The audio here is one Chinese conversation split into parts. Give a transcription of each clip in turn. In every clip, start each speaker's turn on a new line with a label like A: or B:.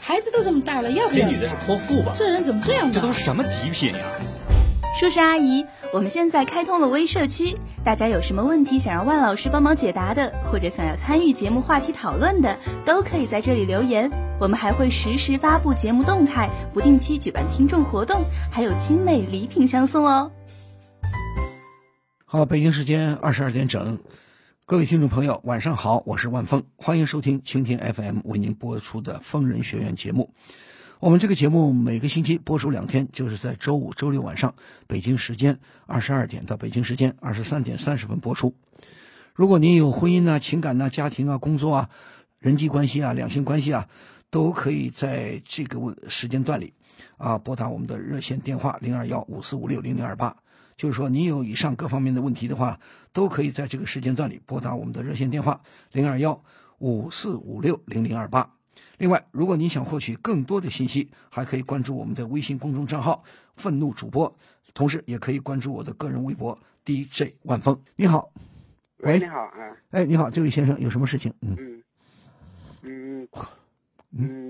A: 孩子都这么大了，要不
B: 这
A: 要？
B: 女的是泼妇吧？
A: 这人怎么这样
B: 这都
A: 呢？
B: 是什么极品啊呀、
C: 舒适阿姨，我们现在开通了微社区，大家有什么问题想让万老师帮忙解答的，或者想要参与节目话题讨论的，都可以在这里留言。我们还会实时发布节目动态，不定期举办听众活动，还有精美礼品相送哦。
D: 好，北京时间二十二点整，各位听众朋友，晚上好，我是万峰，欢迎收听蜻蜓 FM 为您播出的《疯人学院》节目。我们这个节目每个星期播出两天，就是在周五、周六晚上，北京时间二十二点到北京时间二十三点三十分播出。如果您有婚姻啊、情感呐、家庭啊、工作啊、人际关系啊、两性关系啊，都可以在这个问时间段里啊拨打我们的热线电话零二幺五四五六零零二八。就是说，您有以上各方面的问题的话，都可以在这个时间段里拨打我们的热线电话零二幺五四五六零零二八。另外，如果您想获取更多的信息，还可以关注我们的微信公众账号“愤怒主播”，同时也可以关注我的个人微博 DJ 万峰。你好，喂
E: 你好啊，
D: 哎，你好，这位先生，有什么事情？嗯，
E: 嗯，嗯，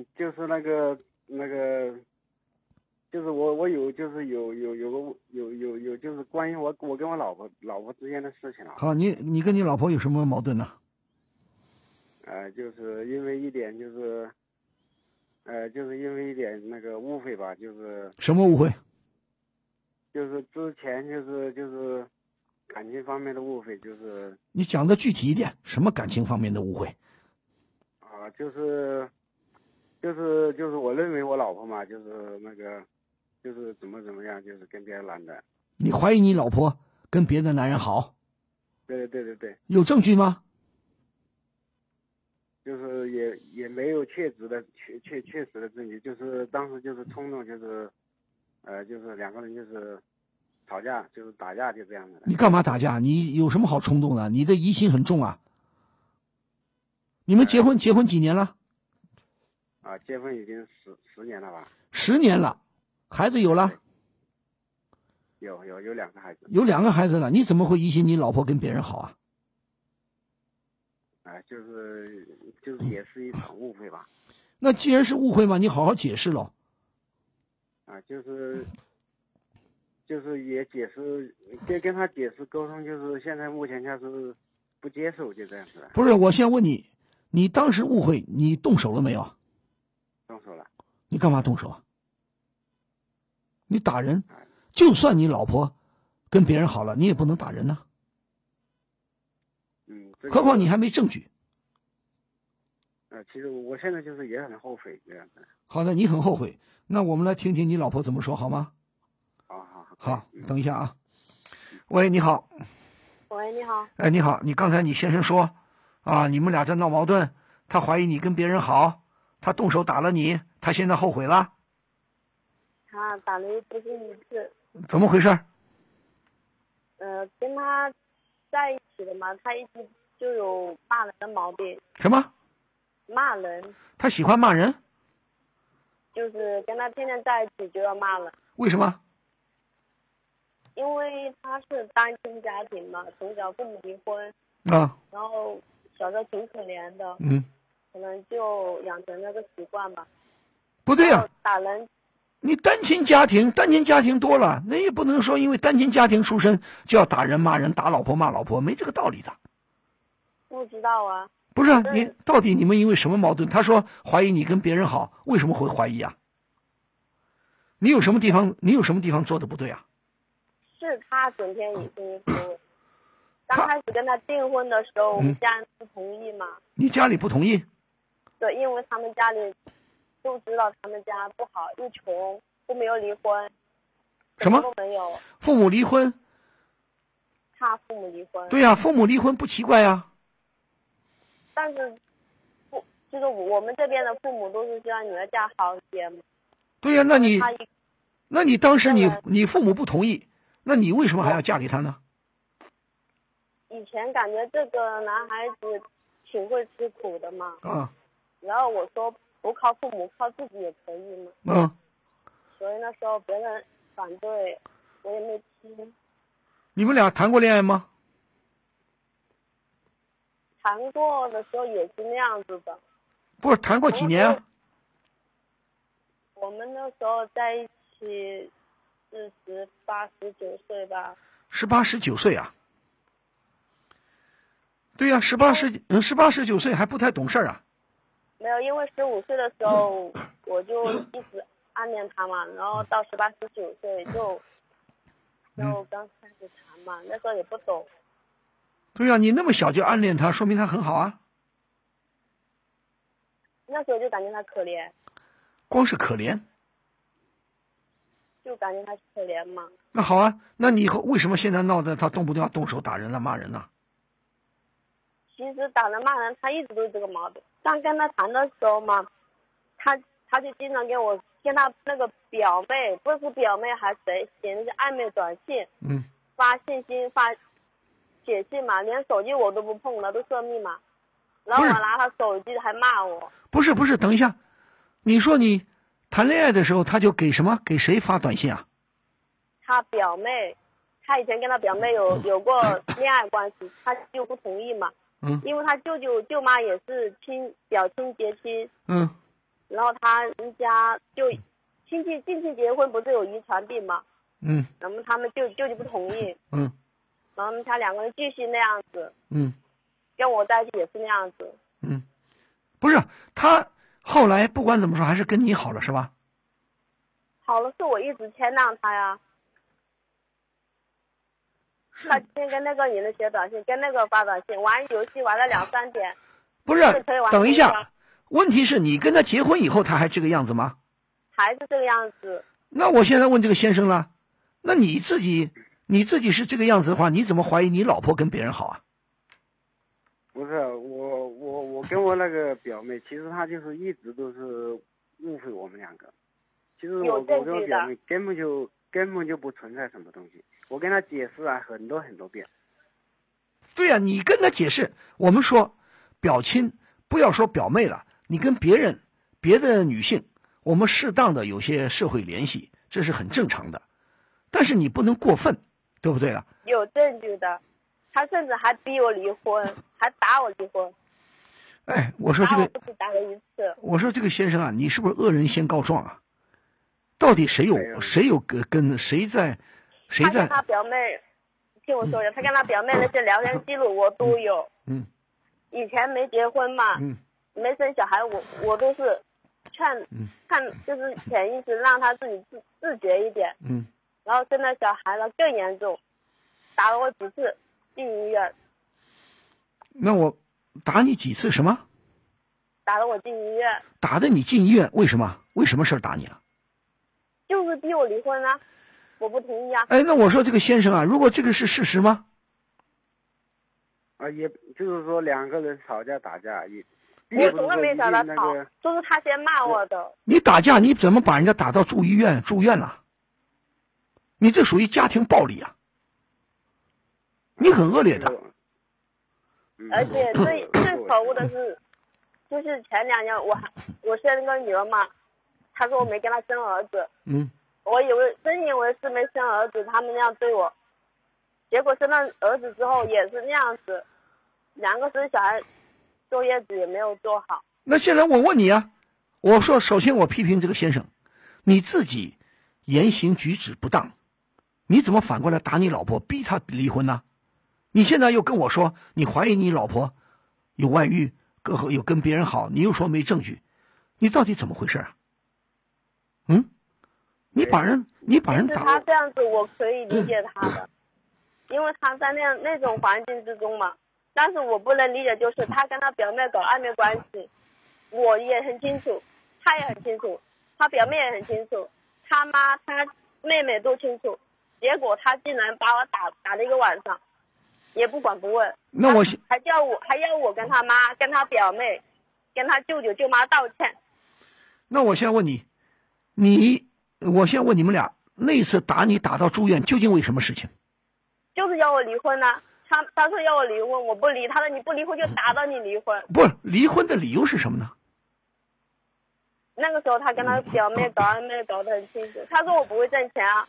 E: 嗯，就是那个那个，就是我我有就是有有有个有有有就是关于我我跟我老婆老婆之间的事情啊，
D: 好，你你跟你老婆有什么矛盾呢、
E: 呃，就是因为一点就是，呃，就是因为一点那个误会吧，就是
D: 什么误会？
E: 就是之前就是就是感情方面的误会，就是
D: 你讲的具体一点，什么感情方面的误会？
E: 啊，就是，就是就是我认为我老婆嘛，就是那个，就是怎么怎么样，就是跟别人男的，
D: 你怀疑你老婆跟别的男人好，
E: 对对对对，
D: 有证据吗？
E: 就是也也没有确实的确确确实的证据，就是当时就是冲动，就是，呃，就是两个人就是吵架，就是打架就这样子的
D: 你。干嘛打架？你有什么好冲动的？你的疑心很重啊！你们结婚结婚几年了？
E: 啊，结婚已经十十年了吧？
D: 十年了，孩子有了，
E: 有有有两个孩子，
D: 有两个孩子了，你怎么会疑心你老婆跟别人好啊？
E: 啊，就是就是也是一场误会吧。
D: 那既然是误会嘛，你好好解释喽。
E: 啊，就是就是也解释跟跟他解释沟通，就是现在目前他是不接受，就这样子了，
D: 不是，我先问你，你当时误会，你动手了没有？
E: 动手了。
D: 你干嘛动手啊？你打人，就算你老婆跟别人好了，你也不能打人呐、
E: 嗯，这个
D: 何况你还没证据。
E: 呃，其实我现在就是也很后悔这样子。
D: 好的，你很后悔。那我们来听听你老婆怎么说好吗？
E: 好好嗯好，
D: 好，等一下啊。喂，你好，
F: 喂，你好。
D: 哎，你好，你刚才你先生说，啊，你们俩在闹矛盾，他怀疑你跟别人好，他动手打了你，他现在后悔了，
F: 他打了又不是一次，
D: 怎么回事？
F: 呃，跟他在一起的嘛，他一直就有骂人的毛病，
D: 什么？
F: 骂人
D: 他喜欢骂人？
F: 就是跟他天天在一起就要骂人，
D: 为什么？
F: 因为他是单亲家庭嘛，从小父母离婚，
D: 啊，
F: 然后小时候挺可怜的，
D: 嗯，
F: 可能就养成那个习惯吧，
D: 不对啊，
F: 打人
D: 你单亲家庭，单亲家庭多了，那也不能说因为单亲家庭出身就要打人骂人，打老婆骂老婆，没这个道理的。
F: 不知道啊，
D: 不是啊
F: 对
D: 你到底你们因为什么矛盾？他说怀疑你跟别人好，为什么会怀疑啊？你有什么地方你有什么地方做的不对啊？
F: 是他整天以身为服。
D: 他
F: 刚开始跟他订婚的时候，我们家人不同意嘛，
D: 你家里不同意，
F: 对，因为他们家里就知道他们家不好，又穷，后面又离婚，
D: 什么
F: 都没有，
D: 父母离婚，
F: 他父母离婚，
D: 对呀、父母离婚不奇怪呀、啊
F: 但是父就是我们这边的父母都是希望女儿嫁好一点嘛，
D: 对呀、那你
F: 他一
D: 那你当时你
F: 当然
D: 你父母不同意，那你为什么还要嫁给他呢？
F: 以前感觉这个男孩子挺会吃苦的嘛，
D: 啊
F: 然后我说不靠父母，靠自己也可以嘛，
D: 啊，
F: 所以那时候别人反对，我也没听，
D: 你们俩谈过恋爱吗？
F: 谈过的时候也是那样子的，
D: 不是谈过几年啊？
F: 我们那时候在一起是十八十九岁吧，
D: 十八十九岁啊？对呀、1十八十嗯十八十九岁还不太懂事儿啊。
F: 没有，因为十五岁的时候我就一直暗恋他嘛，然后到十八十九岁就就刚开始谈嘛，那时候也不懂，
D: 对呀、你那么小就暗恋他，说明他很好啊。
F: 那时候就感觉他可怜，
D: 光是可怜，
F: 就感觉他可怜嘛。
D: 那好啊，那你以后为什么现在闹得他动不动要动手打人了、骂人呢、
F: 其实打人骂人，他一直都是这个毛病。刚跟他谈的时候嘛，他他就经常给我跟他那个表妹，不是表妹还是谁写那些暧昧短信，
D: 嗯，
F: 发信息发写信嘛，连手机我都不碰了，都设密码。然后我
D: 不是
F: 拿他手机还骂我，
D: 不是不是，等一下，你说你谈恋爱的时候他就给什么给谁发短信啊？
F: 他表妹，他以前跟他表妹有有过恋爱关系，他舅不同意嘛，
D: 嗯
F: 因为他舅舅舅妈也是亲表亲结亲，
D: 嗯
F: 然后他人家就亲戚近亲结婚不是有遗传病嘛，
D: 嗯
F: 然后他们舅舅舅不同意，
D: 嗯
F: 然后他两个人继续那样子，
D: 嗯
F: 跟我在一起也是那样子，
D: 嗯，不是他后来不管怎么说还是跟你好了是吧？
F: 好了是我一直谦让他呀。他今天跟那个女的写短信，跟那个发短信，玩游戏玩到两三点，
D: 不是
F: 可以，玩
D: 等一
F: 可以玩
D: 下，问题是你跟他结婚以后他还这个样子吗？
F: 还是这个样子。
D: 那我现在问这个先生了，那你自己你自己是这个样子的话，你怎么怀疑你老婆跟别人好啊？
E: 不是我我我跟我那个表妹，其实她就是一直都是误会我们两个。其实
F: 有
E: 我我
F: 证
E: 跟我
F: 据
E: 表
F: 的
E: 妹根本就根本就不存在什么东西，我跟她解释啊很多很多遍。
D: 对呀、你跟他解释，我们说表亲，不要说表妹了，你跟别人别的女性，我们适当的有些社会联系，这是很正常的，但是你不能过分，对不对啊？
F: 有证据的，他甚至还逼我离婚，还打我离婚，
D: 哎，我说这
F: 打我
D: 个，
F: 不止打了一次，
D: 我说这个先生啊，你是不是恶人先告状啊？到底谁
E: 没有
D: 有谁有跟跟谁在谁
F: 他跟
D: 在
F: 他表妹，听我说一下，他跟他表妹那些聊天记录我都有，
D: 嗯
F: 以前没结婚嘛，
D: 嗯
F: 没生小孩，我我都是劝
D: 嗯
F: 看，就是潜意识让他自己自自觉一点，
D: 嗯
F: 然后生了小孩了更严重，打了我几次，进医院，
D: 那我打你几次什么？
F: 打了我进医院，
D: 打的你进医院，为什么？为什么事儿打你啊？
F: 就是逼我离婚啊，我不同意啊，
D: 哎，那我说这个先生啊，如果这个是事实吗？
E: 啊，也就是说两个人吵架打架也，并
F: 我
E: 不是
F: 从来
E: 说
F: 没
E: 一
F: 找
E: 定
F: 他
E: 那
F: 吵
E: 个，
F: 都是他先骂我的。
D: 你打架你怎么把人家打到住医院住院了？你这属于家庭暴力啊！你很恶劣的，
E: 嗯
F: 而 且最最可恶的是，就是前两年我还我生个女儿嘛，他说我没跟他生儿子，
D: 嗯，
F: 我以为真以为是没生儿子，他们那样对我，结果生了儿子之后也是那样子，两个生小孩，坐月子也没有做好，
D: 那现在我问你啊，我说首先我批评这个先生，你自己言行举止不当，你怎么反过来打你老婆，逼她离婚呢？你现在又跟我说你怀疑你老婆有外遇，跟和有跟别人好，你又说没证据，你到底怎么回事啊？嗯，你把人你把人
F: 是他
D: 打，
F: 这样子我可以理解他的，因为他在那样那种环境之中嘛，但是我不能理解就是他跟他表妹搞暧昧关系，我也很清楚，他也很清楚，他表妹也很清楚，他妈他妹妹都清楚，结果他竟然把我打打了一个晚上，也不管不问，
D: 那我
F: 他还叫我还要我跟他妈跟他表妹，跟他舅舅舅妈道歉，
D: 那我先问你，你我先问你们俩那次打你打到住院究竟为什么事情？
F: 就是要我离婚呢、他他说要我离婚，我不离。他说你不离婚就打到你离婚。
D: 不是离婚的理由是什么呢？
F: 那个时候他跟他表妹搞暧昧搞得很清楚。他说我不会挣钱啊，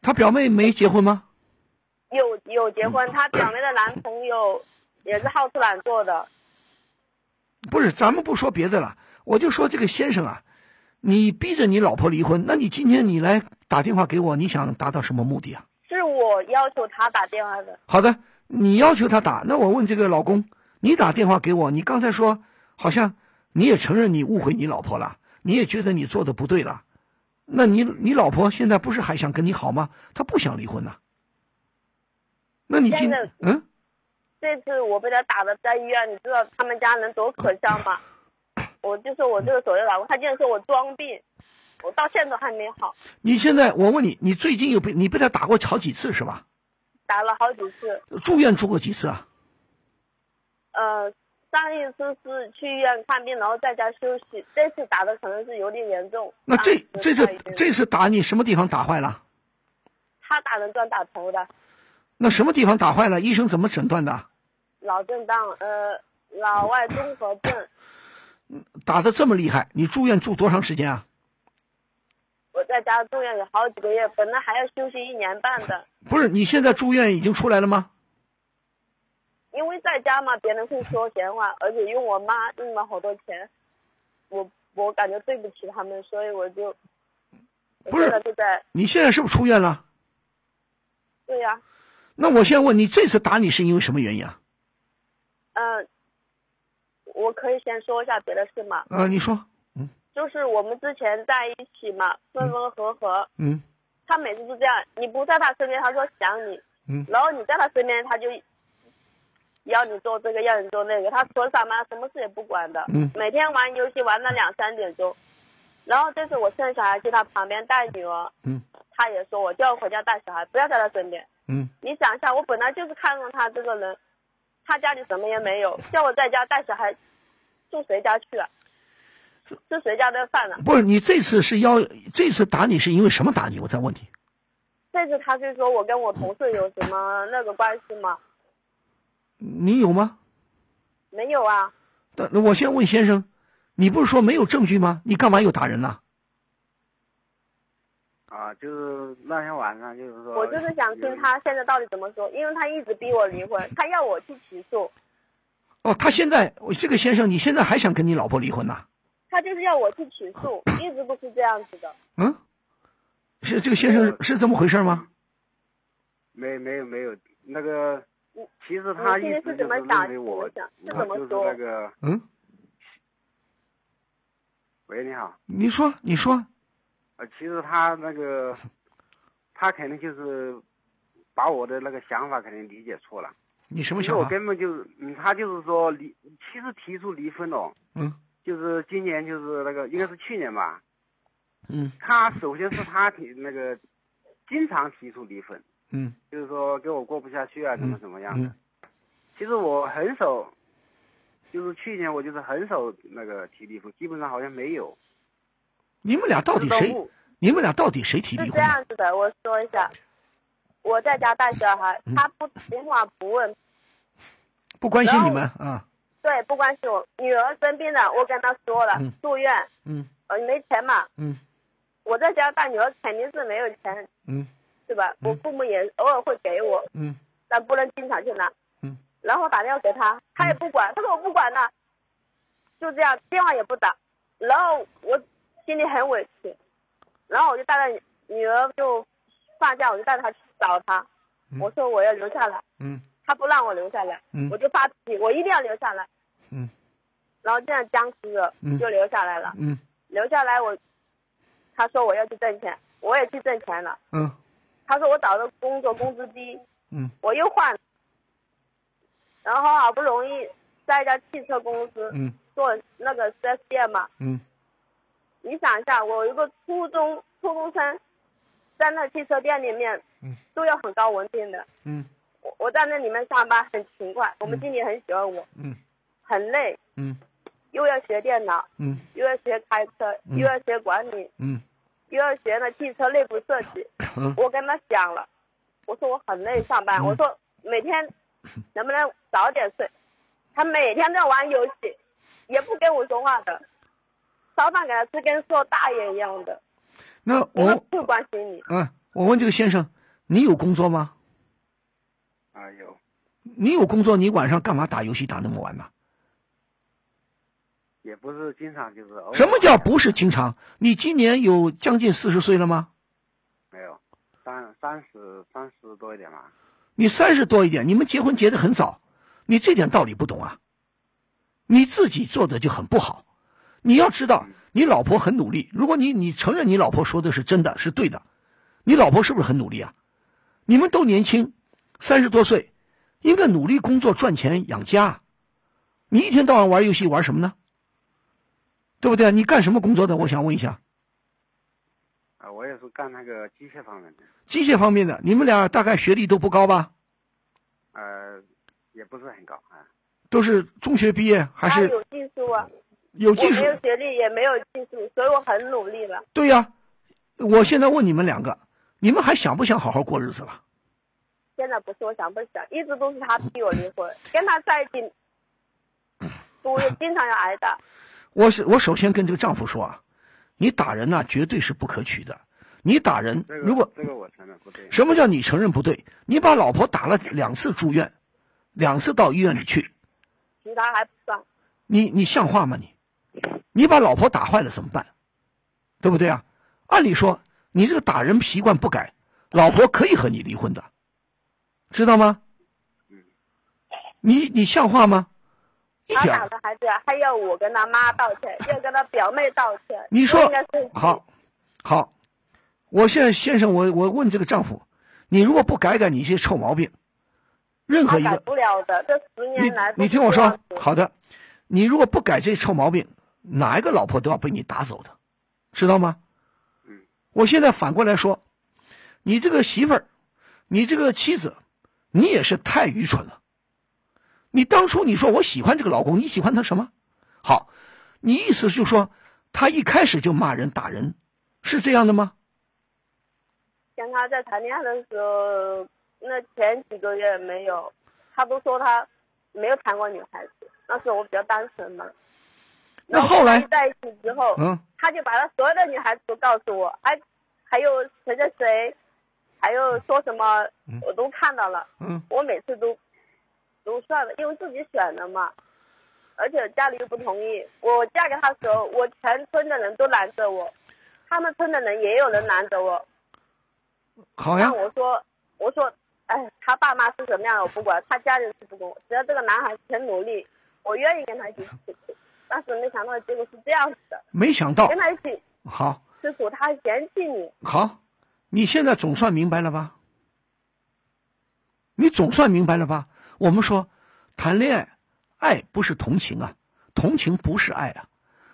D: 他表妹没结婚吗？
F: 有有结婚，他表妹的男朋友也是好吃懒做的，
D: 不是，咱们不说别的了，我就说这个先生啊，你逼着你老婆离婚，那你今天你来打电话给我，你想达到什么目的啊？
F: 是我要求他打电话的。
D: 好的，你要求他打，那我问这个老公，你打电话给我，你刚才说好像你也承认你误会你老婆了，你也觉得你做的不对了，那你你老婆现在不是还想跟你好吗？她不想离婚呐、那你今
F: 但是
D: 嗯，
F: 这次我被他打的在医院，你知道他们家人多可笑吗？我就说我这个所谓老公，他竟然说我装病，我到现在都还没好，
D: 你现在我问你，你最近有被你被他打过好几次是吧？
F: 打了好几次。
D: 住院住过几次啊？
F: 呃，上一次是去医院看病，然后在家休息，这次打的可能是有点严重。啊
D: 那这
F: 当
D: 这
F: 时
D: 次
F: 他已经
D: 这次打你什么地方打坏了？
F: 他打人专打头的，
D: 那什么地方打坏了？医生怎么诊断的？
F: 脑震荡，呃，脑外综合症。
D: 打的这么厉害，你住院住多长时间啊？
F: 我在家住院有好几个月，本来还要休息一年半的，
D: 不是，你现在住院已经出来了吗？
F: 因为在家嘛，别人会说闲话，而且用我妈用了好多钱，我我感觉对不起他们，所以我就我
D: 不是
F: 现在就在
D: 你现在是不是出院了？
F: 对呀、
D: 那我现在问你，这次打你是因为什么原因啊？
F: 嗯、我可以先说一下别的事嘛，
D: 啊，你说，
F: 就是我们之前在一起嘛，分分合合，
D: 嗯
F: 他每次都这样，你不在他身边，他说想你，
D: 嗯
F: 然后你在他身边，他就要你做这个，要你做那个，他除了上班什么事也不管的，
D: 嗯
F: 每天玩游戏玩到两三点钟，然后这次我趁小孩去他旁边带女儿，
D: 嗯
F: 他也说我叫我回家带小孩，不要在他身边。
D: 嗯，
F: 你想一下，我本来就是看中他这个人，他家里什么也没有，叫我在家带小孩，住谁家去啊？吃谁家的饭啊？
D: 不是，你这次是要这次打你是因为什么打你？我再问你，
F: 这次他就说我跟我同事有什么那个关系吗？
D: 你有吗？
F: 没有啊，
D: 但那我先问先生，你不是说没有证据吗？你干嘛又打人呢、
E: 啊，就是那天晚上就是
D: 嗯
E: 说，
F: 我就是想听他现在到底怎么说，因为他一直逼我离婚，他要我去起诉，
D: 哦，他现在我这个先生，你现在还想跟你老婆离婚呐、
F: 他就是要我去起诉，一直都是这样子的。
D: 嗯，是这个先生是这么回事吗？
E: 没没有没有那个
F: 你，
E: 其实他
F: 你
E: 一
F: 心里
E: 直
F: 是
E: 就是
F: 怎么
E: 认
F: 想？
E: 为
F: 怎
E: 我
F: 么想？是
E: 我
F: 怎么
E: 就是
F: 说
E: 那？个，
D: 嗯，
E: 喂，你好，
D: 你说，你说，
E: 呃，其实他那个，他肯定就是把我的那个想法肯定理解错了，
D: 你什
E: 因
D: 么
E: 为
D: 想
E: 我
D: 法？
E: 根本就是，嗯，他就是说离，其实提出离婚哦，
D: 嗯
E: 就是今年就是那个应该是去年吧，
D: 嗯
E: 他首先是他提那个，经常提出离婚，
D: 嗯
E: 就是说跟我过不下去啊，怎么怎么样的。
D: 嗯
E: 其实我很少，就是去年我就是很少那个提离婚，基本上好像没有。
D: 你们俩到底
E: 直到
D: 谁？
E: 目
D: 你们俩到底谁提
F: 是
D: 离
F: 这
D: 婚的？
F: 样子的，我说一下，我在家带小孩，
D: 嗯
F: 他不打电话不问，
D: 不关心你们啊？
F: 对，不关心我。女儿生病了，我跟他说了
D: 嗯，
F: 住院，
D: 嗯
F: 呃，没钱嘛，
D: 嗯
F: 我在家带女儿肯定是没有钱，
D: 嗯
F: 是吧？我父母也偶尔会给我，
D: 嗯
F: 但不能经常去拿。
D: 嗯。
F: 然后打电话给他，他也不管，他说我不管了，就这样，电话也不打。然后我心里很委屈，然后我就带着女儿就放假，我就带她去找他，
D: 嗯
F: 我说我要留下来，
D: 嗯
F: 他不让我留下来，
D: 嗯
F: 我就发脾气，我一定要留下来。
D: 嗯。
F: 然后这样僵持着
D: 嗯
F: 就留下来了，
D: 嗯
F: 留下来我，他说我要去挣钱，我也去挣钱了。
D: 嗯
F: 他说我找的工作工资低，
D: 嗯
F: 我又换了，然后好不容易在一家汽车公司
D: 嗯
F: 做那个 4S 店嘛。
D: 嗯
F: 你想一下，我一个初中初中生，在那汽车店里面
D: 嗯，
F: 都要很高文凭的。
D: 嗯
F: 我我在那里面上班很勤快，我们经理很喜欢我，
D: 嗯
F: 很累，
D: 嗯
F: 又要学电脑，
D: 嗯
F: 又要学开车，
D: 嗯
F: 又要学管理，
D: 嗯
F: 又要学那汽车内部设计。
D: 嗯
F: 我跟他讲了，我说我很累上班，我说每天能不能早点睡？他每天在玩游戏，也不跟我说话的，烧饭给他吃跟做大爷一样的，
D: 那
F: 我们
D: 我
F: 不关心你。
D: 嗯，我问这个先生，你有工作吗？
E: 啊，有
D: 你有工作，你晚上干嘛打游戏打那么晚呢？
E: 也不是经常，就是偶尔
D: 什么叫不是经常？你今年有将近四十岁了吗？
E: 没有？三三十三十多一点吧。
D: 你三十多一点，你们结婚结得很早，你这点道理不懂啊？你自己做的就很不好。你要知道，你老婆很努力。如果你你承认你老婆说的是真的，是对的，你老婆是不是很努力啊？你们都年轻，三十多岁，应该努力工作赚钱养家。你一天到晚玩游戏玩什么呢？对不对？你干什么工作的？我想问一下，
E: 啊，我也是干那个机械方面的，
D: 机械方面的，你们俩大概学历都不高吧？
E: 呃，也不是很高啊。
D: 都是中学毕业还
F: 他
D: 是
F: 有技术啊，
D: 有技
F: 我
D: 术
F: 没？有学历，也没有技术，所以我很努力了。
D: 对呀、我现在问你们两个，你们还想不想好好过日子了？
F: 现在不是我想不想，一直都是他逼我离婚，跟他在一 起，我也经常要挨打。
D: 我是我首先跟这个丈夫说啊，你打人呐、绝对是不可取的。你打人
E: 这，个
D: 如果
E: 这个我承认不对，
D: 什么叫你承认不对？你把老婆打了两次住院，两次到医院里去，
F: 其他还不算，
D: 你你像话吗你？你把老婆打坏了怎么办？对不对啊？按理说你这个打人习惯不改，老婆可以和你离婚的，知道吗？你你像话吗？一
F: 他
D: 点
F: 打
D: 儿
F: 的孩子还要我跟他妈道歉，要跟他表妹道歉。
D: 你
F: 我
D: 说啊
F: 应该是
D: 好，好，我现在先生，我我问这个丈夫，你如果不改改你一些臭毛病，任
F: 他
D: 何一
F: 改
D: 个
F: 不了的，这十
D: 你
F: 年来
D: 你听我说，好的，你如果不改这臭毛病，哪一个老婆都要被你打走的，知道吗？
E: 嗯，
D: 我现在反过来说，你这个媳妇儿，你这个妻子，你也是太愚蠢了。你当初你说我喜欢这个老公，你喜欢他什么？好，你意思就说他一开始就骂人打人，是这样的吗？
F: 跟他在谈恋爱的时候，那前几个月没有，他都说他没有谈过女孩子，那时候我比较单纯嘛。
D: 那后来
F: 然在一起之后，
D: 嗯，
F: 他就把他所有的女孩子都告诉我，哎，还有谁谁谁，还有说什么
D: 嗯，
F: 我都看到了。
D: 嗯，
F: 我每次都都算了，因为自己选的嘛，而且家里又不同意。我嫁给他的时候，我全村的人都拦着我，他们村的人也有人拦着我。
D: 好呀
F: 但，我说，我说，哎，他爸妈是什么样的我不管，他家人是不管，只要这个男孩子肯努力，我愿意跟他一起吃苦。但是没想到的结果是这样子的，
D: 没想到
F: 跟，他一起
D: 好，
F: 吃苦，他还嫌弃你。
D: 好，你现在总算明白了吧？你总算明白了吧？我们说，谈恋爱，爱不是同情啊，同情不是爱啊。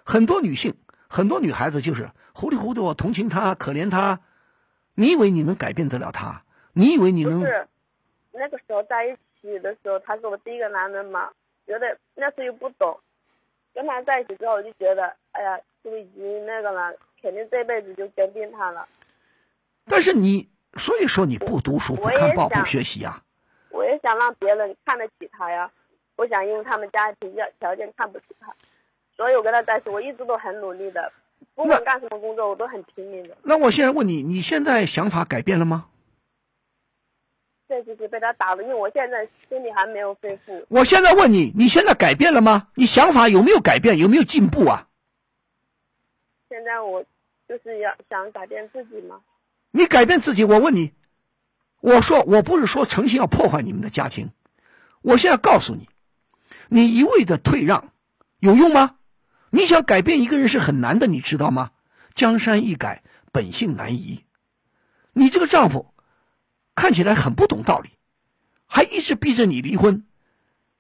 D: 很多女性，很多女孩子就是糊里糊涂，同情她，可怜她。你以为你能改变得了她？你以为你
F: 不
D: 能？
F: 是，那个时候在一起的时候，他是我第一个男人嘛，觉得那时候又不懂，跟他在一起之后，我就觉得，哎呀，都已经那个了，肯定这辈子就跟定他了。
D: 但是你，所以说你不读书，不
F: 我也
D: 看报，
F: 想
D: 不学习啊。
F: 我也想让别人看得起他呀，我想因为他们家庭条条件看不起他，所以我跟他在一起，我一直都很努力的，不管干什么工作我都很拼命的。
D: 那我现在问你，你现在想法改变了吗？
F: 这就是被他打的，因为我现在心里还没有恢复，
D: 我现在问你，你现在改变了吗？你想法有没有改变？有没有进步啊？
F: 现在我就是要想改变自己嘛。
D: 你改变自己，我问你，我说我不是说诚心要破坏你们的家庭，我现在告诉你，你一味的退让，有用吗？你想改变一个人是很难的，你知道吗？江山易改，本性难移。你这个丈夫看起来很不懂道理，还一直逼着你离婚，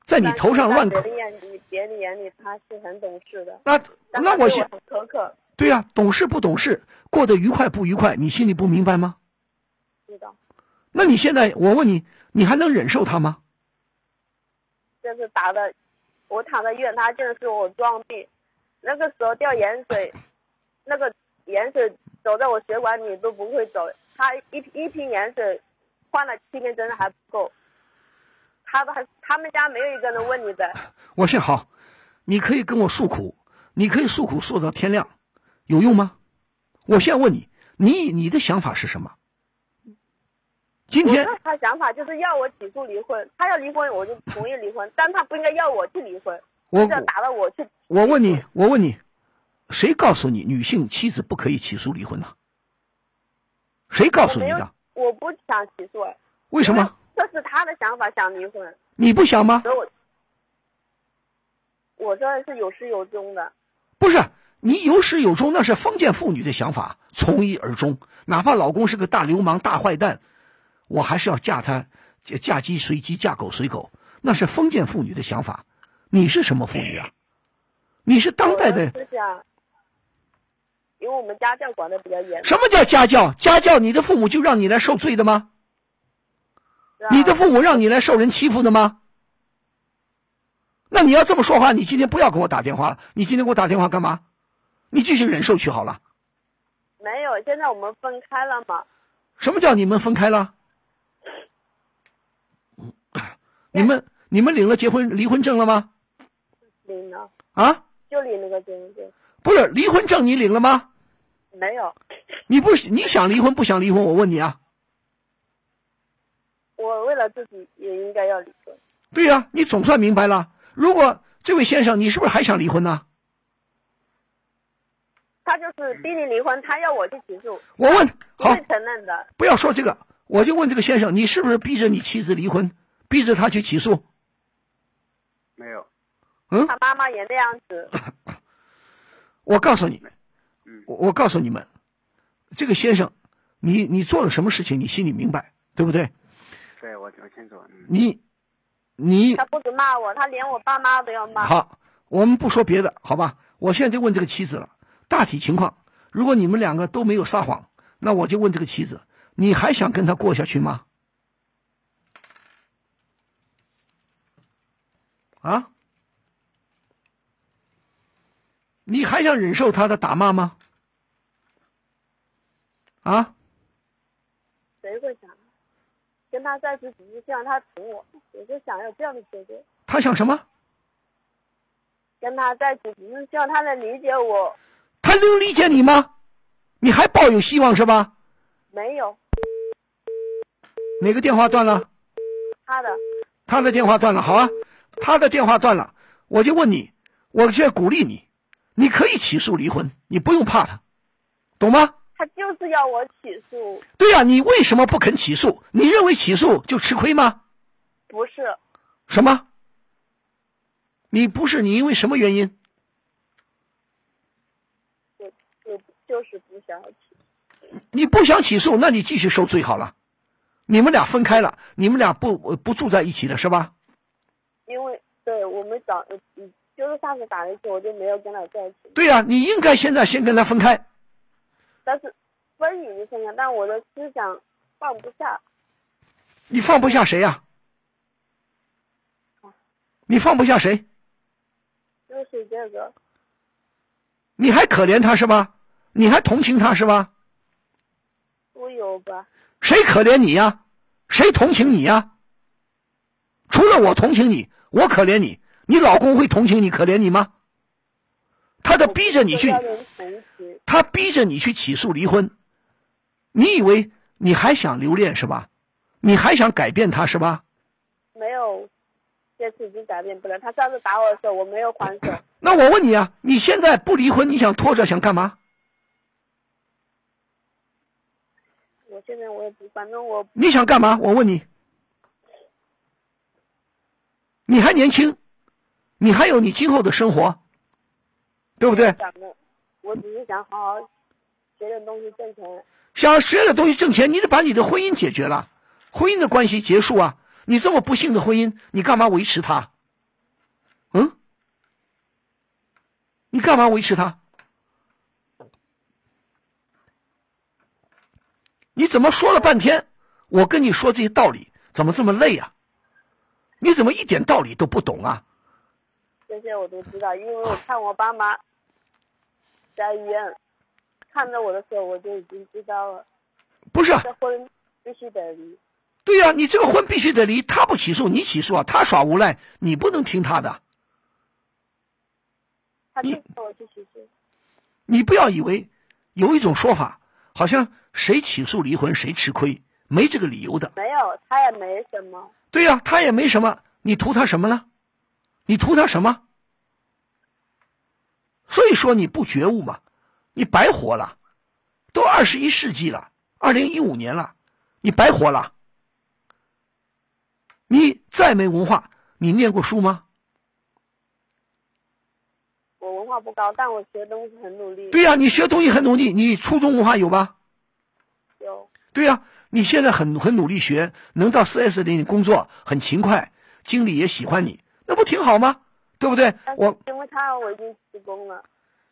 D: 在你头上乱
F: 在
D: 搞。
F: 别人眼里，别人眼里他是很懂事的，
D: 那
F: 但
D: 那
F: 他对
D: 我
F: 我
D: 现
F: 很苛刻，
D: 对呀、懂事不懂事，过得愉快不愉快，你心里不明白吗？
F: 知道。
D: 那你现在我问你，你还能忍受他吗？
F: 这次打的，我躺在医院，他竟然说我装病，那个时候掉盐水，那个盐水走在我血管里都不会走，他一一瓶盐水换了七根针还不够，他还他们家没有一个人问你 的，
D: 我说好，你可以跟我诉苦，你可以诉苦诉到天亮，有用吗？我现在问你，你你的想法是什么？今
F: 我
D: 天
F: 对他想法就是要我起诉离婚，他要离婚我就同意离婚，但他不应该要我去离婚，
D: 我
F: 是要打到我去。
D: 我问你，我问你，谁告诉你女性妻子不可以起诉离婚呢、谁告
F: 我
D: 诉你
F: 没有
D: 的？，
F: 我不想起诉，
D: 为什么？
F: 这是他的想法，想离婚，
D: 你不想吗？
F: 所以我我这是有始有终的。
D: 不是，你有始有终，那是封建妇女的想法，从一而终。哪怕老公是个大流氓、大坏蛋，我还是要嫁他，嫁嫁鸡随鸡，嫁狗随狗，那是封建妇女的想法。你是什么妇女啊？你是当代的
F: 我是想，因为我们家教管的比较严，
D: 什么叫家教？家教，你的父母就让你来受罪的吗？
F: 是吧
D: 你的父母让你来受人欺负的吗？那你要这么说话，你今天不要给我打电话了。你今天给我打电话干嘛？你继续忍受去好了。
F: 没有，现在我们分开了嘛。
D: 什么叫你们分开了？你们你们领了结婚离婚证了吗？
F: 领了，
D: 啊，
F: 就领了个证件，
D: 不是离婚证你领了吗？
F: 没有。
D: 你不你想离婚不想离婚？我问你啊，
F: 我为了自己也应该要离婚，
D: 对呀、你总算明白了。如果这位先生，你是不是还想离婚呢？
F: 他就是逼你离婚，他要我去起诉，
D: 我问，
F: 不
D: 好
F: 会，承认的。
D: 不要说这个，我就问这个先生，你是不是逼着你妻子离婚，逼着他去起诉？
E: 没有，
F: 他妈妈也那样子，
D: 我告诉你们
E: 嗯，
D: 我我告诉你们，这个先生，你你做了什么事情，你心里明白，对不对？
E: 对我我清楚，嗯，
D: 你你
F: 他不止骂我，他连我爸妈都要骂。
D: 好，我们不说别的，好吧？我现在就问这个妻子了，大体情况，如果你们两个都没有撒谎，那我就问这个妻子，你还想跟他过下去吗？啊？你还想忍受他的打骂吗？啊？
F: 谁会想跟他在一起，只是希望他疼我，我就想要这样的结果。
D: 他想什么？
F: 跟他在一起，只是希望他能理解我。
D: 他能理解你吗？你还抱有希望是吧？
F: 没有
D: 哪个电话断了？
F: 他的，
D: 他的电话断了，好啊，他的电话断了，我就问你，我现在鼓励你，你可以起诉离婚，你不用怕他，懂吗？
F: 他就是要我起诉，
D: 对呀、你为什么不肯起诉？你认为起诉就吃亏吗？
F: 不是
D: 什么？你不是你因为什么原因？
F: 我，我就是不想要起诉。
D: 你不想起诉，那你继续受罪好了。你们俩分开了，你们俩不不住在一起了是吧？
F: 因为对我们早，嗯，就是上次打了一次，我就没有跟他在一起。
D: 对呀、你应该现在先跟他分开。
F: 但是分已经分了，但我的思想放不下，
D: 你放不下谁呀、你放不下谁？
F: 就是这个，
D: 你还可怜他是吧？你还同情他是吧？
F: 都有吧。
D: 谁可怜你呀、谁同情你呀、除了我同情你，我可怜你，你老公会同情你、可怜你吗？他的逼着你去
F: 要，人同情，
D: 他逼着你去起诉离婚，你以为你还想留恋是吧？你还想改变他是吧？
F: 没有，这次已经改变不了。他上次打我的时候，我没有还 手，
D: 那我问你啊，你现在不离婚，你想拖着想干嘛？
F: 我现在我也不，反正我
D: 你想干嘛？我问你，你还年轻，你还有你今后的生活，对不对？
F: 想着，我只是想好好学点东西挣钱。
D: 想要学点东西挣钱，你得把你的婚姻解决了，婚姻的关系结束啊！你这么不幸的婚姻，你干嘛维持它？嗯？你干嘛维持它？你怎么说了半天，我跟你说这些道理，怎么这么累啊？你怎么一点道理都不懂啊？
F: 这些我都知道，因为我看我爸妈在医院看着我的时候，我就已经知道了，
D: 不是啊，
F: 这婚必须得离。
D: 对呀、你这个婚必须得离，他不起诉你起诉啊，他耍无赖，你不能听他的。
F: 他就
D: 你
F: 叫我去起诉，
D: 你不要以为有一种说法，好像谁起诉离婚谁吃亏，没这个理由的。
F: 没有，他也没什么，
D: 对呀、他也没什么，你图他什么呢？你图他什么？所以说你不觉悟嘛，你白活了，都二十一世纪了，二零一五年了，你白活了。你再没文化，你念过书吗？
F: 我文化不高，但我学东西很努力。
D: 对呀、你学东西很努力，你初中文化有吧？
F: 有
D: 对呀、你现在很很努力学，能到四 S 里工作，很勤快，经理也喜欢你，那不挺好吗？对不对
F: 但？是
D: 我
F: 因为他我已经辞工了，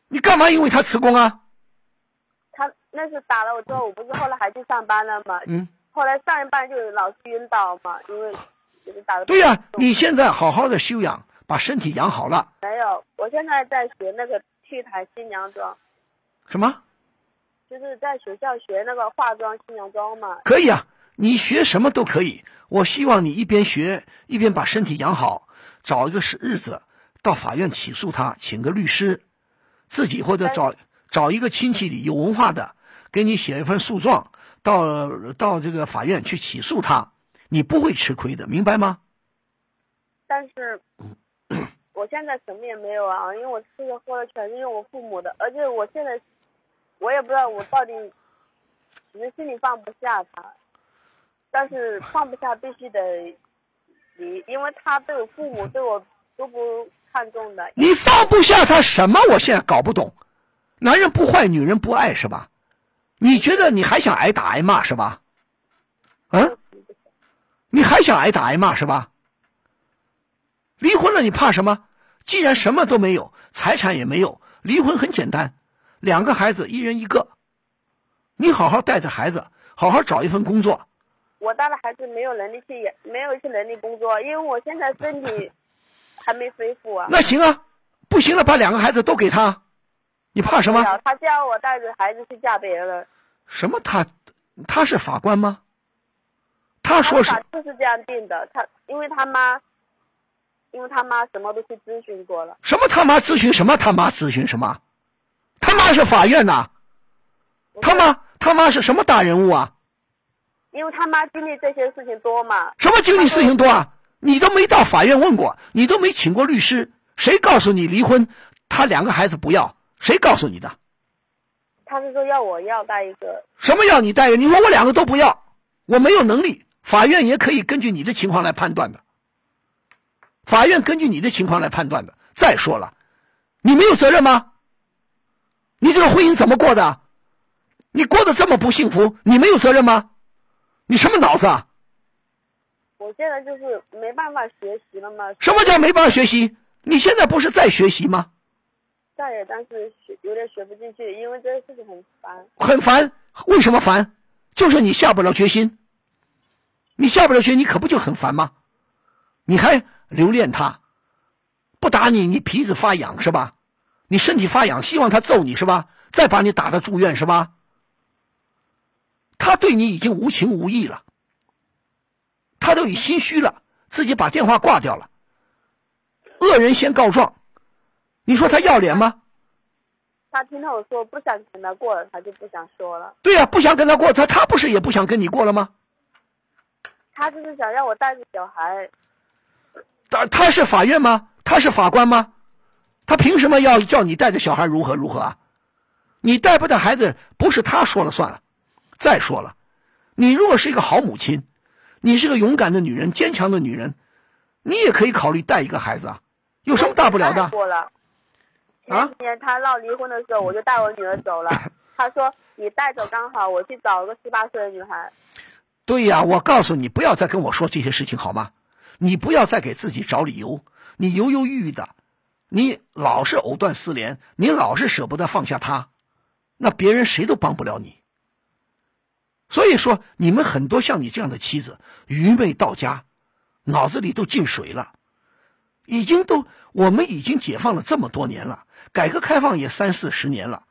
D: 你干嘛因为他辞工啊？
F: 他那次打了我之后，我不是后来还去上班了嘛？
D: 嗯，
F: 后来上一班就老是晕倒嘛，因为就是打的。
D: 对呀、你现在好好的休养，把身体养好了，
F: 没有，我现在在学那个去台新娘妆，
D: 什么
F: 就是在学校学那个化妆新娘妆嘛。
D: 可以啊？你学什么都可以。我希望你一边学一边把身体养好，找一个是日子到法院起诉他，请个律师，自己或者找找一个亲戚里有文化的，给你写一份诉状，到到这个法院去起诉他，你不会吃亏的，明白吗？
F: 但 是我现在什么也没有啊，因为我吃的喝的全是用我父母的，而且我现在我也不知道我到底，只是心里放不下他，但是放不下必须得离，因为他对我父 母对我都不看重的。
D: 你放不下他什么？我现在搞不懂。男人不坏，女人不爱是吧？你觉得你还想挨打挨骂是吧？嗯，你还想挨打挨骂是吧？离婚了你怕什么？既然什么都没有，财产也没有，离婚很简单，两个孩子一人一个，你好好带着孩子，好好找一份工作。
F: 我带的孩子没有能力去也没有去能力工作，因为我现在身体还没恢复啊。
D: 那行啊，不行了，把两个孩子都给他，你怕什么？
F: 他叫我带着孩子去嫁别人，
D: 什么他？他是法官吗？他
F: 他
D: 说是
F: 法就是这样定的。他因为他妈，因为他妈什么都去咨询过了，
D: 什么他妈咨询什么他妈咨询什么？他妈是法院呐、他妈他妈是什么大人物啊？
F: 因为他妈经历这些事情多嘛。
D: 什么经理事情多啊？你都没到法院问过，你都没请过律师，谁告诉你离婚？他两个孩子不要，谁告诉你的？
F: 他是说要我要带一个，
D: 什么要你带个？你说我两个都不要，我没有能力，法院也可以根据你的情况来判断的。法院根据你的情况来判断的。再说了，你没有责任吗？你这个婚姻怎么过的？你过得这么不幸福，你没有责任吗？你什么脑子啊？
F: 我现在就是没办法学习了嘛，
D: 什么叫没办法学习？你现在不是在学习吗？
F: 再也但是学有点学不进去，因为这个事情很烦。
D: 很烦，为什么烦？就是你下不了决心，你下不了决心，你可不就很烦吗？你还留恋他，不打你，你皮子发痒是吧？你身体发痒，希望他揍你是吧？再把你打到住院是吧？他对你已经无情无义了，他都已心虚了，自己把电话挂掉了。恶人先告状，你说他要脸吗？
F: 他听到我说不想跟他过了，他就不想说了。
D: 对呀、不想跟他过，他他不是也不想跟你过了吗？
F: 他就是想让我带着小孩，
D: 他他是法院吗？他是法官吗？他凭什么要叫你带着小孩如何如何啊？你带不带孩子不是他说了算了。再说了，你如果是一个好母亲，你是个勇敢的女人、坚强的女人，你也可以考虑带一个孩子啊，有什么大不了的啊
F: 太？过了。前几年他闹离婚的时候，我就带我女 儿走了。他说你带走刚好，我去找个十八岁的女孩。
D: 对呀、我告诉你，不要再跟我说这些事情好吗？你不要再给自己找理由，你犹犹豫豫的，你老是藕断丝连，你老是舍不得放下他，那别人谁都帮不了你。所以说，你们很多像你这样的妻子，愚昧到家，脑子里都进水了，已经都我们已经解放了这么多年了，改革开放也三四十年了，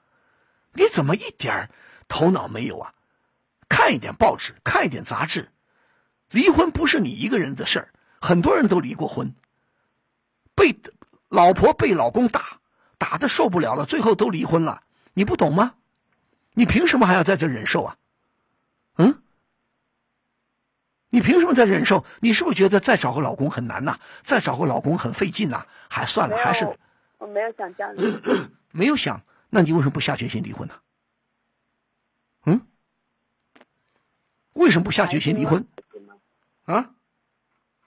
D: 你怎么一点儿头脑没有啊？看一点报纸，看一点杂志。离婚不是你一个人的事儿，很多人都离过婚，被老婆被老公打，打的受不了了，最后都离婚了。你不懂吗？你凭什么还要在这忍受啊？嗯？你凭什么在忍受？你是不是觉得再找个老公很难呐、再找个老公很费劲呐、还算了，
F: 没
D: 还是
F: 有，我没有想这样子。
D: 没有想，那你为什么不下决心离婚呢、嗯，为什么不下决心离婚啊？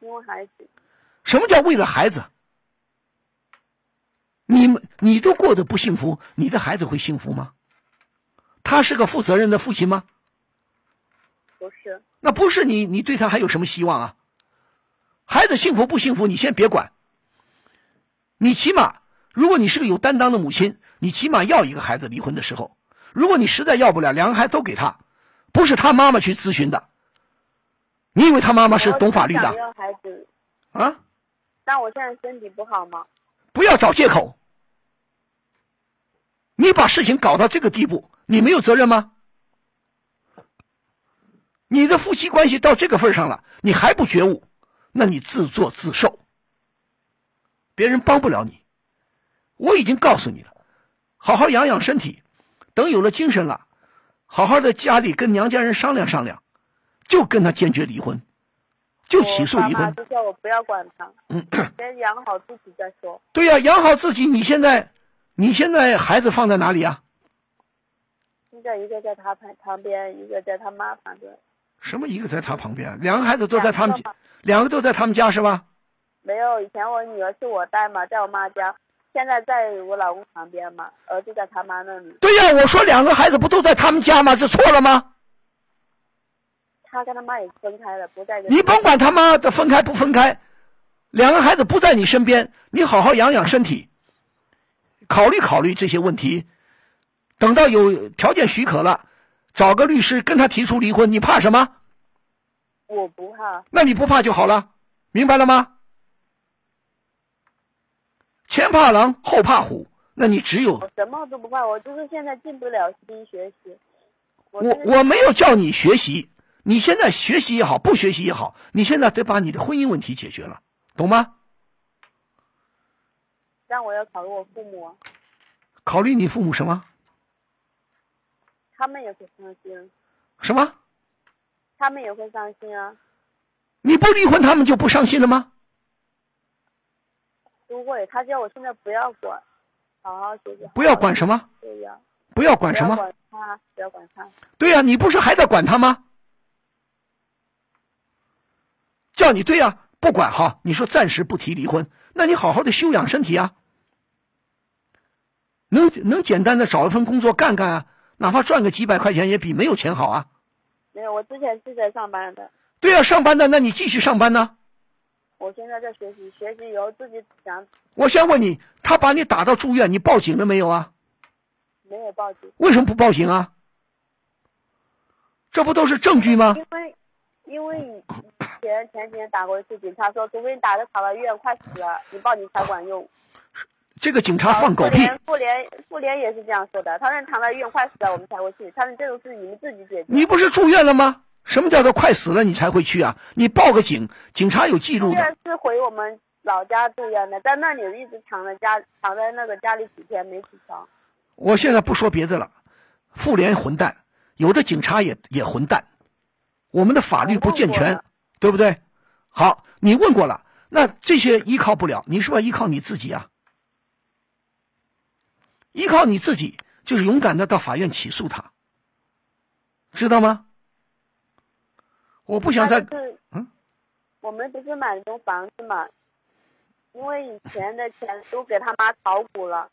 F: 因为孩子，
D: 什么叫为了孩子？你们你都过得不幸福，你的孩子会幸福吗？他是个负责任的父亲吗？
F: 不是，
D: 那不是你，你对他还有什么希望啊？孩子幸福不幸福，你先别管。你起码，如果你是个有担当的母亲，你起码要一个孩子离婚的时候，如果你实在要不了，两个孩子都给他，不是他妈妈去咨询的。你以为他妈妈是懂法律
F: 我想
D: 的
F: 要孩子，
D: 啊？
F: 但我现在身体不好嘛，
D: 不要找借口。你把事情搞到这个地步，你没有责任吗？你的夫妻关系到这个份儿上了，你还不觉悟，那你自作自受，别人帮不了你。我已经告诉你了，好好养养身体，等有了精神了，好好的家里跟娘家人商量商量，就跟他坚决离婚，就起诉离
F: 我爸妈
D: 婚。
F: 就叫我不要管 他，先养好自己再说。
D: 对呀、养好自己。你现在，你现在孩子放在哪里啊？
F: 现在一个在他旁旁边，一个在他妈旁边，
D: 什么一个在他旁边，两个孩子都在他们
F: 两个
D: 家，两个都在他们家是吧？
F: 没有以前我女儿是我带嘛，在我妈家，现在在我老公旁边嘛，儿子在他妈那里，
D: 对呀、我说两个孩子不都在他们家吗？这错了吗？
F: 他跟他妈也分开了，不在一个地
D: 你
F: 方。
D: 甭管他妈的分开不分开，两个孩子不在你身边，你好好养养身体，考虑考虑这些问题。等到有条件许可了，找个律师跟他提出离婚，你怕什么？
F: 我不怕，
D: 那你不怕就好了，明白了吗？前怕狼，后怕虎，那你只有
F: 我什么都不怕，我就是现在进不了心学习。我
D: 我
F: 就是
D: 我没有叫你学习，你现在学习也好，不学习也好，你现在得把你的婚姻问题解决了，懂吗？
F: 但我要考虑我父母啊，
D: 考虑你父母什么
F: 他们也会伤心，
D: 什么？
F: 他们也会伤心啊。
D: 你不离婚，他们就不伤心了吗？
F: 如果他叫我现在不要管，好好学习，
D: 不要管什么，
F: 对呀，
D: 不要管
F: 不
D: 什
F: 要
D: 么。
F: 管他，不要管他。
D: 对呀、你不是还在管他吗？叫你对呀、不管哈，你说暂时不提离婚，那你好好的休养身体啊。能能简单的找一份工作干干啊，哪怕赚个几百块钱也比没有钱好啊。
F: 没有，我之前是在上班的，
D: 对呀、上班的，那你继续上班呢、
F: 我现在在学习，学习以后自己想
D: 我先问你，他把你打到住院，你报警了没有啊？
F: 没有报警，
D: 为什么不报警啊？这不都是证据吗
F: 因？为因为以前前几年打过一次，警察说，除非你打的跑到医院快死了，你报警才管用。
D: 这个警察放狗屁！
F: 妇联妇联也是这样说的，他们躺在医院快死了，我们才会去。他们这种事你们自己解决。
D: 你不是住院了吗？什么叫做快死了你才会去啊？你报个警，警察有记录
F: 住
D: 的。
F: 院是回我们老家住院的，在那里一直躺在家，躺在那个家里几天没起床。
D: 我现在不说别的了，妇联混蛋，有的警察也也混蛋，我们的法律不健
F: 我问过
D: 全
F: 了，
D: 对不对？好，你问过了，那这些依靠不了，你是不是要依靠你自己啊？依靠你自己，就是勇敢的到法院起诉他，知道吗？我不想再
F: 他就是，
D: 嗯，
F: 我们不是买了栋房子嘛，因为以前的钱都给他妈炒股了，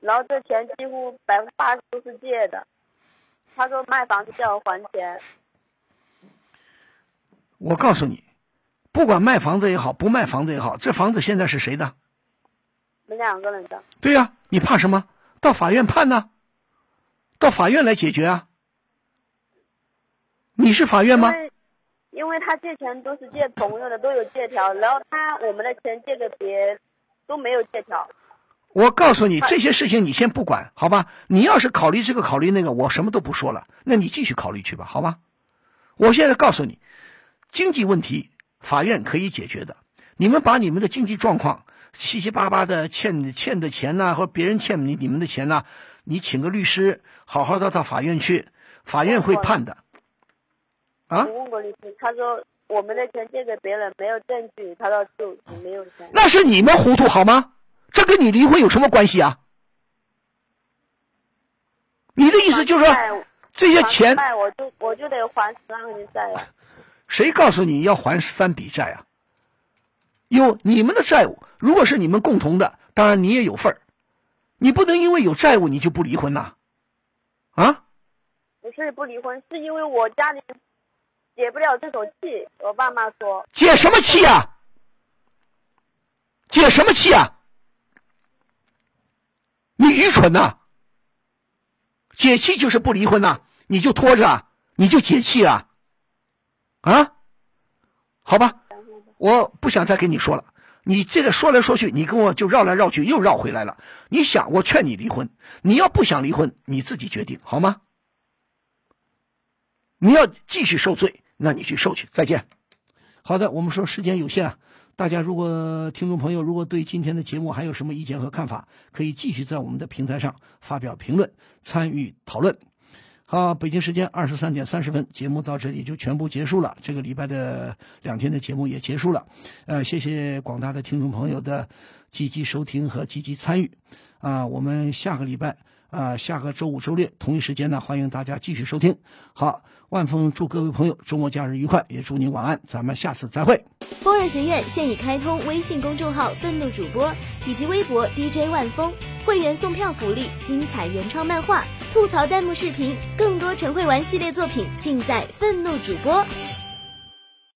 F: 然后这钱几乎百分之八十都是借的。他说卖房子叫我还钱，
D: 我告诉你，不管卖房子也好，不卖房子也好，这房子现在是谁的？
F: 我们两个人的。
D: 对呀、你怕什么？到法院判呐、到法院来解决啊。你是法院
F: 因
D: 吗？
F: 为因为他借钱都是借朋友的，都有借条，然后他我们的钱借给别人都没有借条。
D: 我告诉你，这些事情你先不管，好吧？你要是考虑这个考虑那个，我什么都不说了，那你继续考虑去吧，好吧？我现在告诉你，经济问题法院可以解决的。你们把你们的经济状况七七八八的欠欠的钱呐、或者别人欠你你们的钱呐、你请个律师，好好的到法院去，法院会判的。啊
F: 我问过律师，他说我们的钱借给别人没有证据，他说就你没有钱。
D: 那是你们糊涂好吗？这跟你离婚有什么关系啊？你的意思就是说，
F: 还
D: 这些钱
F: 债哎我就我就得还十万块钱债呀。
D: 谁告诉你要还三笔债啊？有你们的债务，如果是你们共同的，当然你也有份儿，你不能因为有债务你就不离婚呐、啊，
F: 不是不离婚，是因为我家里解不了这口气。我爸妈说，
D: 解什么气啊？解什么气啊？你愚蠢呐、解气就是不离婚呐、你就拖着啊，你就解气啊，啊？好吧，我不想再跟你说了。你这个说来说去，你跟我就绕来绕去，又绕回来了。你想，我劝你离婚，你要不想离婚，你自己决定好吗？你要继续受罪，那你去受去。再见。好的，我们说时间有限啊，大家如果听众朋友如果对今天的节目还有什么意见和看法，可以继续在我们的平台上发表评论，参与讨论。好，北京时间二十三点三十分，节目到这里就全部结束了。这个礼拜的两天的节目也结束了，呃，谢谢广大的听众朋友的积极收听和积极参与，啊、我们下个礼拜啊、下个周五、周六同一时间呢，欢迎大家继续收听。好，万峰祝各位朋友周末假日愉快，也祝您晚安，咱们下次再会。
A: 风儿学院现已开通微信公众号“愤怒主播”以及微博 DJ 万峰，会员送票福利、精彩原创漫画、吐槽弹幕视频，更多陈慧玩系列作品尽在“愤怒主播”。